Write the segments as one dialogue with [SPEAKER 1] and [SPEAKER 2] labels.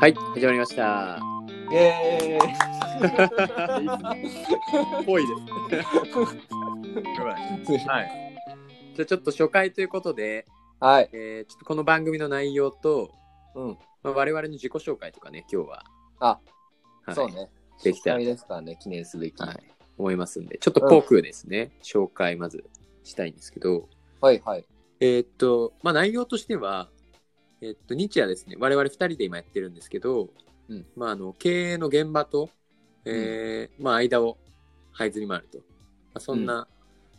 [SPEAKER 1] はい、始まりました。
[SPEAKER 2] イエ ーイ
[SPEAKER 1] ぽいです。
[SPEAKER 3] はい。
[SPEAKER 1] じゃあちょっと初回ということで、
[SPEAKER 2] はい。
[SPEAKER 1] えーちょっとこの番組の内容と、
[SPEAKER 2] うん。
[SPEAKER 1] まあ、我々の自己紹介とかね、今日は。
[SPEAKER 2] あ、
[SPEAKER 1] はい、
[SPEAKER 2] そう。ね。
[SPEAKER 1] できたら
[SPEAKER 2] 初回ですからね、記念すべき。
[SPEAKER 1] は
[SPEAKER 2] はい
[SPEAKER 1] い、思いますんで、ちょっと航空ですね、紹介まずしたいんですけど、
[SPEAKER 2] はい。はい。
[SPEAKER 1] えーっと、まあ、内容としては、えーっと、日夜ですね、我々2人で今やってるんですけど、
[SPEAKER 2] うん
[SPEAKER 1] まあ、あの経営の現場と、えーまあ、間を這いずり回ると、まあ、そんな、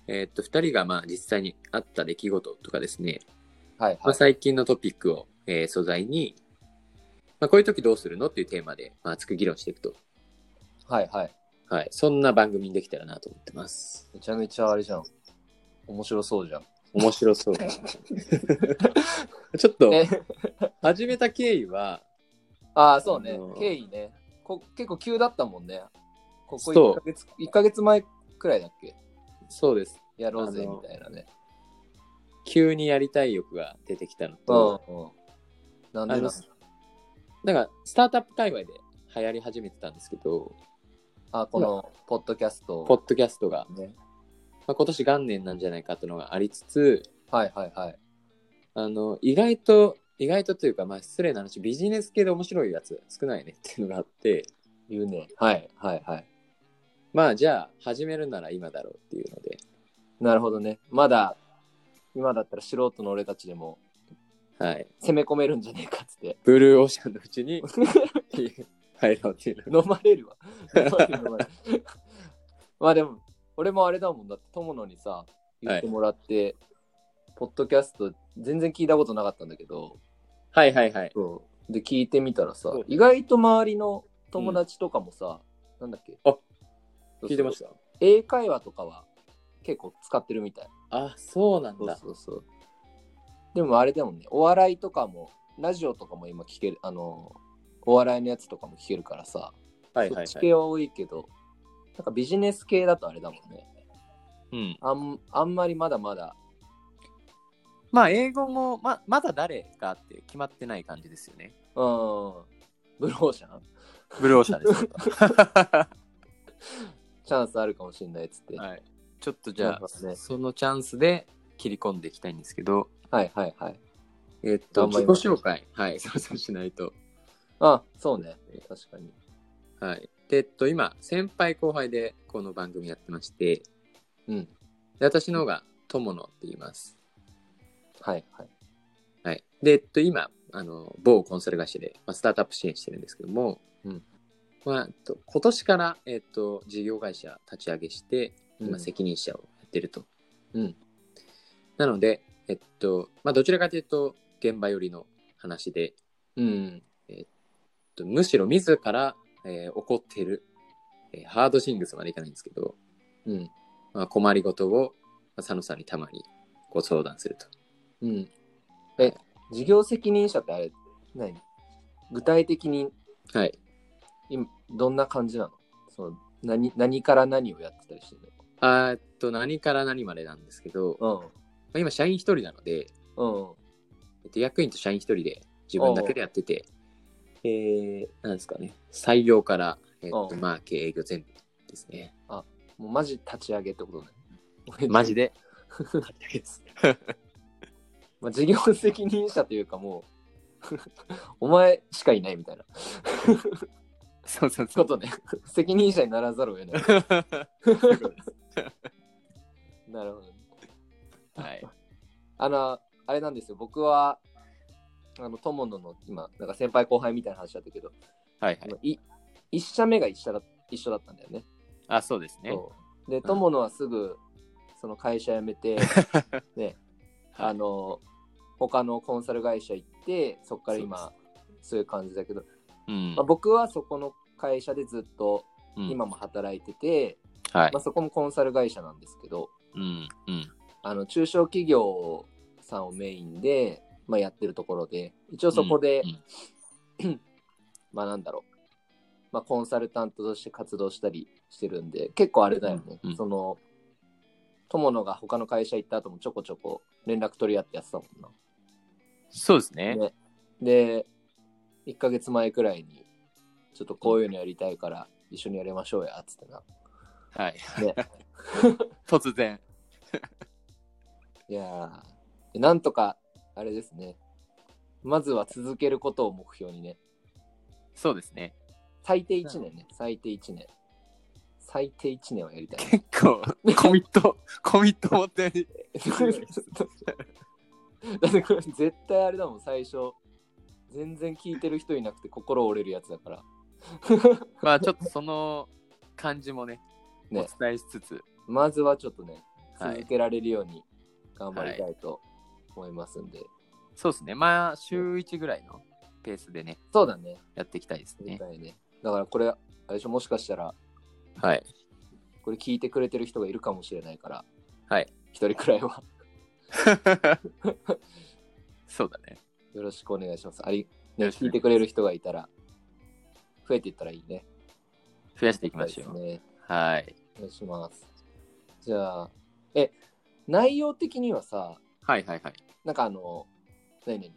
[SPEAKER 1] えーっと2人がまあ実際にあった出来事とかですね、
[SPEAKER 2] はい。
[SPEAKER 1] まあ、最近のトピックを、えー素材に、まあ、こういう時どうするのっていうテーマで、まあ、熱く議論していくと、
[SPEAKER 2] はい。はい。
[SPEAKER 1] はい、そんな番組にできたらなと思ってます。
[SPEAKER 2] めちゃめちゃあれじゃん。面白そうじゃん。
[SPEAKER 1] 面白 そう。ちょっと
[SPEAKER 2] え、
[SPEAKER 1] 始めた経緯は、
[SPEAKER 2] ああ、そうね
[SPEAKER 1] うん。
[SPEAKER 2] 経緯ね。こ結構急だったもんね。ここ
[SPEAKER 1] そう
[SPEAKER 2] 1ヶ月、一ヶ月前くらいだっけ
[SPEAKER 1] そうです。
[SPEAKER 2] やろうぜ、
[SPEAKER 1] あの
[SPEAKER 2] みたいなね。
[SPEAKER 1] 急にやりたい欲が出てきたの
[SPEAKER 2] う
[SPEAKER 1] と、
[SPEAKER 2] ん。うん。なん
[SPEAKER 1] あ
[SPEAKER 2] でな
[SPEAKER 1] の
[SPEAKER 2] ん、
[SPEAKER 1] なんか、スタートアップ界隈で流行り始めてたんですけど、
[SPEAKER 2] あ、この、ポッドキャスト。
[SPEAKER 1] ポッドキャストが、
[SPEAKER 2] ね。
[SPEAKER 1] まあ、今年元年なんじゃないかっていうのがありつつ、
[SPEAKER 2] はいはいはい。
[SPEAKER 1] あの、意外と、意外とというか、まあ、失礼な話、ビジネス系で面白いやつ少ないねっていうのがあって、
[SPEAKER 2] 言うね。はいはいはい。
[SPEAKER 1] まあ、じゃあ、始めるなら今だろうっていうので、
[SPEAKER 2] なるほどね。まだ、今だったら素人の俺たちでも
[SPEAKER 1] はい。
[SPEAKER 2] 攻め込めるんじゃねえかっつ って。
[SPEAKER 1] ブルーオーシャンのうち に入ろうっていうのが
[SPEAKER 2] 飲まれるわ。飲まれる飲まれる まあでも、俺もあれだもんだって、友野にさ、言ってもらって、ポッドキャスト全然聞いたことなかったんだけど、
[SPEAKER 1] はいはいはい。
[SPEAKER 2] で、聞いてみたらさ
[SPEAKER 1] そう、
[SPEAKER 2] 意外と周りの友達とかもさ、なんだっけ
[SPEAKER 1] あ
[SPEAKER 2] そうそう
[SPEAKER 1] 聞いてました
[SPEAKER 2] 英会話とかは結構使ってるみたい。
[SPEAKER 1] あ、そうなん
[SPEAKER 2] そう
[SPEAKER 1] だ。
[SPEAKER 2] そうそう。でもあれだもんね、お笑いとかも、ラジオとかも今聞ける、あの、お笑いのやつとかも聞けるからさ、
[SPEAKER 1] はいはい
[SPEAKER 2] そっち
[SPEAKER 1] は
[SPEAKER 2] 系
[SPEAKER 1] い。
[SPEAKER 2] は多いけど、なんかビジネス系だとあれだもんね。
[SPEAKER 1] うん、
[SPEAKER 2] あんあんまりまだまだ。
[SPEAKER 1] まあ、英語も、ままだ誰かって決まってない感じですよね。
[SPEAKER 2] うん。ブローシャン
[SPEAKER 1] ブルーオーシャンです。
[SPEAKER 2] チャンスあるかもしれないっつって。はい、
[SPEAKER 1] はい、ちょっとじゃ
[SPEAKER 2] なります
[SPEAKER 1] あ、
[SPEAKER 2] ね
[SPEAKER 1] そのチャンスで切り込んでいきたいんですけど、
[SPEAKER 2] はい、はいはい。
[SPEAKER 1] えっと、
[SPEAKER 2] 頑張
[SPEAKER 1] 自己
[SPEAKER 2] ります
[SPEAKER 1] 紹介、はい、そうそうしないと。
[SPEAKER 2] あ、そうね。確かに。
[SPEAKER 1] はい、で、えっと、今、先輩後輩でこの番組やってまして、
[SPEAKER 2] うん。
[SPEAKER 1] で私の方が友野って言います。
[SPEAKER 2] はいはい。
[SPEAKER 1] はい、で、えっと、今、あの某コンサル会社で、まあ、スタートアップ支援してるんですけども、
[SPEAKER 2] うん
[SPEAKER 1] まあ、えっと今年から、えっと、事業会社立ち上げして、
[SPEAKER 2] う
[SPEAKER 1] 今、
[SPEAKER 2] ん
[SPEAKER 1] 責任者をやってると。
[SPEAKER 2] うん
[SPEAKER 1] なので、えっと、まあ、どちらかというと、現場寄りの話で、
[SPEAKER 2] うん。
[SPEAKER 1] えっとむしろ自ら、えー起こっている、えーハードシングスまでいかないんですけど、
[SPEAKER 2] うん。
[SPEAKER 1] まあ、困りごとを、まあ、佐野さんにたまにご相談すると。
[SPEAKER 2] うん。え、事業責任者ってあれ、何具体的に
[SPEAKER 1] はい。
[SPEAKER 2] 今どんな感じなのその何何から何をやってたりしてる
[SPEAKER 1] あーえっと、何から何までなんですけど、ま
[SPEAKER 2] の
[SPEAKER 1] あ、今、社員一人なので、
[SPEAKER 2] うん。うん。
[SPEAKER 1] えっと、役員と社員一人で自分だけでやってて、えー、なんですかね、採用から、えっと
[SPEAKER 2] う、ん
[SPEAKER 1] まあ、経営営業全部ですね。
[SPEAKER 2] もうマジ立ち上げってことね。
[SPEAKER 1] マジで。
[SPEAKER 2] まあ、事業責任者というかもう お前しかいないみたいな
[SPEAKER 1] そうそうそ
[SPEAKER 2] こ
[SPEAKER 1] う。
[SPEAKER 2] とね責任者にならざるを得ないなるほどね
[SPEAKER 1] はい。
[SPEAKER 2] あのあれなんですよ僕はあの友野の今なんか先輩後輩みたいな話だったけど、
[SPEAKER 1] はいはい。
[SPEAKER 2] い、1社目が一社だ一緒だったんだよね
[SPEAKER 1] あ、そうですね。
[SPEAKER 2] そうで友野はすぐその会社辞 めてねあの他のコンサル会社行ってそこから今そういう感じだけど、
[SPEAKER 1] うん
[SPEAKER 2] まあ、僕はそこの会社でずっと
[SPEAKER 1] うん
[SPEAKER 2] 今も働いてて、
[SPEAKER 1] はい
[SPEAKER 2] まあ、そこもコンサル会社なんですけど
[SPEAKER 1] うんうん
[SPEAKER 2] あの中小企業さんをメインで、まあ、やってるところで一応そこで、
[SPEAKER 1] うんうん
[SPEAKER 2] まあなんだろう、まあ、コンサルタントとして活動したりしてるんで結構あれだよね、
[SPEAKER 1] うんうん
[SPEAKER 2] その友野が他の会社行った後もちょこちょこ連絡取り合ってやってたもんな
[SPEAKER 1] そうですね。
[SPEAKER 2] で1ヶ月前くらいに、ちょっとこういうのやりたいから、一緒にやりましょうや、つってな。
[SPEAKER 1] はい。
[SPEAKER 2] ね
[SPEAKER 1] 突然。
[SPEAKER 2] いやーでなんとか、あれですね。まずは続けることを目標にね。
[SPEAKER 1] そうですね。
[SPEAKER 2] 最低1年ね。最低1年。最低1年はや りたい。
[SPEAKER 1] 結構、コミット、コミット持ったより。
[SPEAKER 2] だってこれ絶対あれだもん、最初。全然聞いてる人いなくて心折れるやつだから。
[SPEAKER 1] まあちょっとその感じもね、
[SPEAKER 2] ね
[SPEAKER 1] お伝えしつつ、
[SPEAKER 2] まずはちょっとね、
[SPEAKER 1] はい
[SPEAKER 2] 続けられるように頑張りたいと思いますんで。
[SPEAKER 1] そうですね。まあ週1ぐらいのペースでね、
[SPEAKER 2] そうだね。
[SPEAKER 1] やっていきたいです
[SPEAKER 2] み
[SPEAKER 1] ね。
[SPEAKER 2] たいね。だからこれ、あれでしょもしかしたら、
[SPEAKER 1] はい。
[SPEAKER 2] これ聞いてくれてる人がいるかもしれないから、
[SPEAKER 1] はい。
[SPEAKER 2] 一人くらいは
[SPEAKER 1] そうだね。
[SPEAKER 2] よろしくお願いします。あり、
[SPEAKER 1] よ
[SPEAKER 2] ね、
[SPEAKER 1] ろしくお願いします
[SPEAKER 2] 聞いてくれる人がいたら、増えていったらいいね。
[SPEAKER 1] 増やしていきましょ
[SPEAKER 2] そう
[SPEAKER 1] う。
[SPEAKER 2] ですね。
[SPEAKER 1] はい。
[SPEAKER 2] お願いします。じゃあ、え、内容的にはさ、
[SPEAKER 1] はいはいはい。
[SPEAKER 2] なんかあの、何々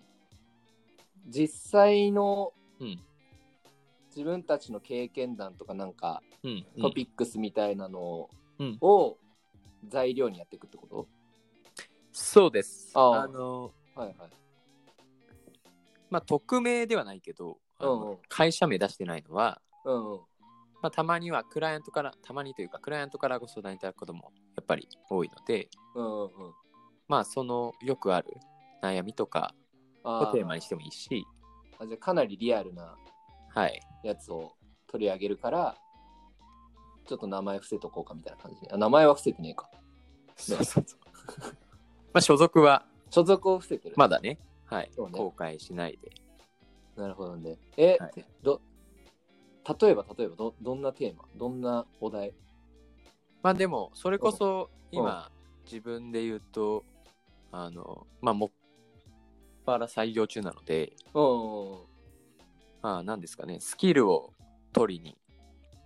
[SPEAKER 2] 実際の
[SPEAKER 1] うん
[SPEAKER 2] 自分たちの経験談とかなんか
[SPEAKER 1] うん
[SPEAKER 2] トピックスみたいなの
[SPEAKER 1] うん
[SPEAKER 2] を材料にやっていくってこと、
[SPEAKER 1] そうです。
[SPEAKER 2] ああ
[SPEAKER 1] あの、
[SPEAKER 2] はいはい。
[SPEAKER 1] まあ匿名ではないけど、あの
[SPEAKER 2] うんうん
[SPEAKER 1] 会社名出してないのは、
[SPEAKER 2] うんうん。
[SPEAKER 1] まあ、たまにはクライアントから、たまにというか、クライアントからご相談いただくこともやっぱり多いので、
[SPEAKER 2] うんうんうん。
[SPEAKER 1] まあ、そのよくある悩みとかを
[SPEAKER 2] あ
[SPEAKER 1] テーマにしてもいいし、
[SPEAKER 2] あじゃあかなりリアルな
[SPEAKER 1] はい。
[SPEAKER 2] やつを取り上げるから、ちょっと名前伏せとこうかみたいな感じね。あ名前は伏せてねえか。
[SPEAKER 1] そうそうそう。 まあ、所属は
[SPEAKER 2] 所属を伏せてる。
[SPEAKER 1] まだね、はい、
[SPEAKER 2] そうね
[SPEAKER 1] 後悔しないで。
[SPEAKER 2] なるほどね。え、
[SPEAKER 1] はい
[SPEAKER 2] ど例えば例えばどどんなテーマどんなお題
[SPEAKER 1] まあ、でも、それこそ今、自分で言うと、あの、まあ、もっぱら採用中なので、
[SPEAKER 2] うんうんうん。
[SPEAKER 1] まあ、なんですかね、スキルを取りに、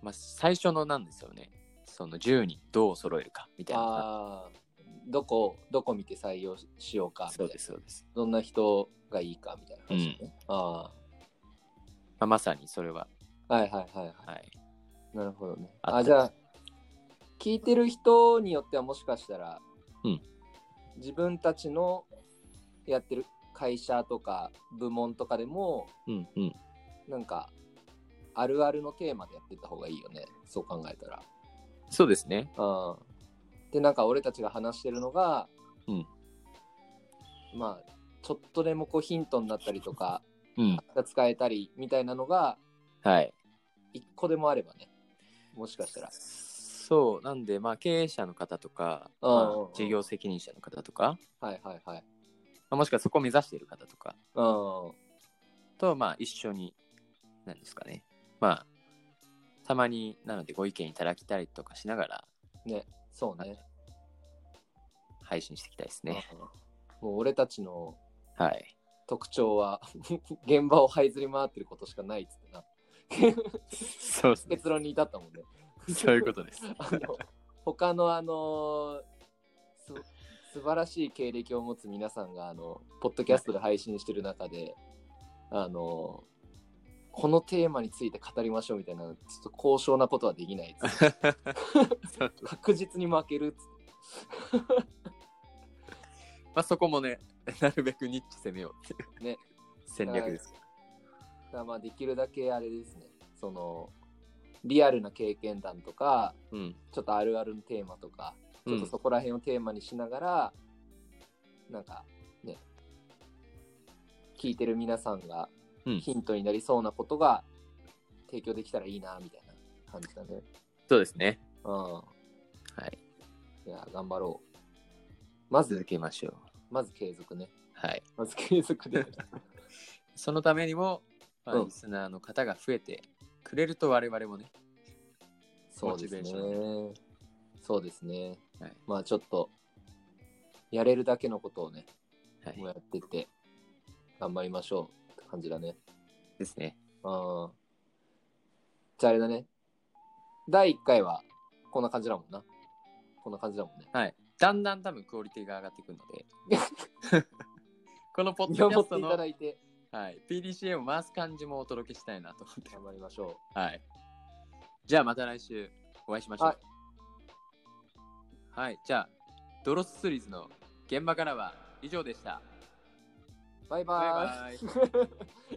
[SPEAKER 1] まあ、最初のなんですよね、その10人どう揃えるかみたいな。
[SPEAKER 2] ああどこどこ見て採用しようかみた
[SPEAKER 1] そ
[SPEAKER 2] いうな
[SPEAKER 1] です、そうです。
[SPEAKER 2] どんな人がいいかみたいな話ね、あ
[SPEAKER 1] まあ、まさにそれは、
[SPEAKER 2] あはいはいはいは
[SPEAKER 1] はい。
[SPEAKER 2] いなるほどね
[SPEAKER 1] あった
[SPEAKER 2] あじゃあ聞いてる人によってはもしかしたら、
[SPEAKER 1] うん
[SPEAKER 2] 自分たちのやってる会社とか部門とかでも
[SPEAKER 1] うんうん。
[SPEAKER 2] なんかあるあるのテーマでやってった方がいいよねそう考えたら
[SPEAKER 1] そうですね。
[SPEAKER 2] うんでなんか俺たちが話してるのが、
[SPEAKER 1] うん
[SPEAKER 2] まあちょっとでもこうヒントになったりとか
[SPEAKER 1] うん。
[SPEAKER 2] 使えたりみたいなのが
[SPEAKER 1] はい。
[SPEAKER 2] 一個でもあればねもしかしたら
[SPEAKER 1] そう、なんで、まあ、経営者の方とか、
[SPEAKER 2] うんうんうん
[SPEAKER 1] まあ事業責任者の方とか、
[SPEAKER 2] はいはいはい
[SPEAKER 1] まあもしくはそこを目指している方とか
[SPEAKER 2] う
[SPEAKER 1] と、まあ、一緒に、なんですかね、まあ、たまになのでご意見いただきたりとかしながら
[SPEAKER 2] んねそうね
[SPEAKER 1] 配信していきたいですね。
[SPEAKER 2] うんもう俺たちの
[SPEAKER 1] はい。
[SPEAKER 2] 特徴は 現場を這いずり回ってることしかないっつってな
[SPEAKER 1] そうですね。
[SPEAKER 2] 結論に至ったもんね
[SPEAKER 1] そういうことです。
[SPEAKER 2] あの他のあのす素晴らしい経歴を持つ皆さんがあのポッドキャストで配信してる中であのこのテーマについて語りましょうみたいなちょっと高尚なことはできないっつっ て 確実に負けるっつって
[SPEAKER 1] まあ、そこもね、なるべくニッチ攻めようっていう
[SPEAKER 2] ね
[SPEAKER 1] 戦略です。
[SPEAKER 2] だからまあできるだけあれですねそのリアルな経験談とか
[SPEAKER 1] うん。
[SPEAKER 2] ちょっとあるあるのテーマとかちょっと
[SPEAKER 1] うん
[SPEAKER 2] そこら辺をテーマにしながら、なんかね、聞いてる皆さんが
[SPEAKER 1] うん
[SPEAKER 2] ヒントになりそうなことが提供できたらいいな、みたいな感じだね。
[SPEAKER 1] そうですね。
[SPEAKER 2] う
[SPEAKER 1] はい。
[SPEAKER 2] ん。いや、頑張ろう。まず
[SPEAKER 1] 続、けましょう。
[SPEAKER 2] まず継続ね。
[SPEAKER 1] はい。
[SPEAKER 2] まず継 続で。
[SPEAKER 1] そのためにも、まあ、
[SPEAKER 2] うん
[SPEAKER 1] リスナーの方が増えてくれると我々もね、
[SPEAKER 2] そうです
[SPEAKER 1] モ
[SPEAKER 2] ね
[SPEAKER 1] チベーシ。
[SPEAKER 2] そうですね。
[SPEAKER 1] はい
[SPEAKER 2] まあちょっと、やれるだけのことをね、
[SPEAKER 1] は
[SPEAKER 2] も
[SPEAKER 1] い、
[SPEAKER 2] うやってて、頑張りましょうって感じだね。
[SPEAKER 1] ですね。
[SPEAKER 2] ああ。じゃああれだね。第1回はこんな感じだもんな。こんな感じだもんね。
[SPEAKER 1] はい。だんだ ん多分クオリティが上がってくるので、このポッ
[SPEAKER 2] 見
[SPEAKER 1] ドキャ
[SPEAKER 2] 守っ
[SPEAKER 1] スト
[SPEAKER 2] ていただ
[SPEAKER 1] の
[SPEAKER 2] いて。
[SPEAKER 1] はい、PDCA を回す感じもお届けしたいなと思って
[SPEAKER 2] 頑張りましょ
[SPEAKER 1] はい。じゃあまた来週お会いしましょう。
[SPEAKER 2] は
[SPEAKER 1] はいい。じゃあ、ドロススリーズの現場からは以上でした。
[SPEAKER 2] う。バイ
[SPEAKER 1] バ
[SPEAKER 2] バ
[SPEAKER 1] イ
[SPEAKER 2] イ。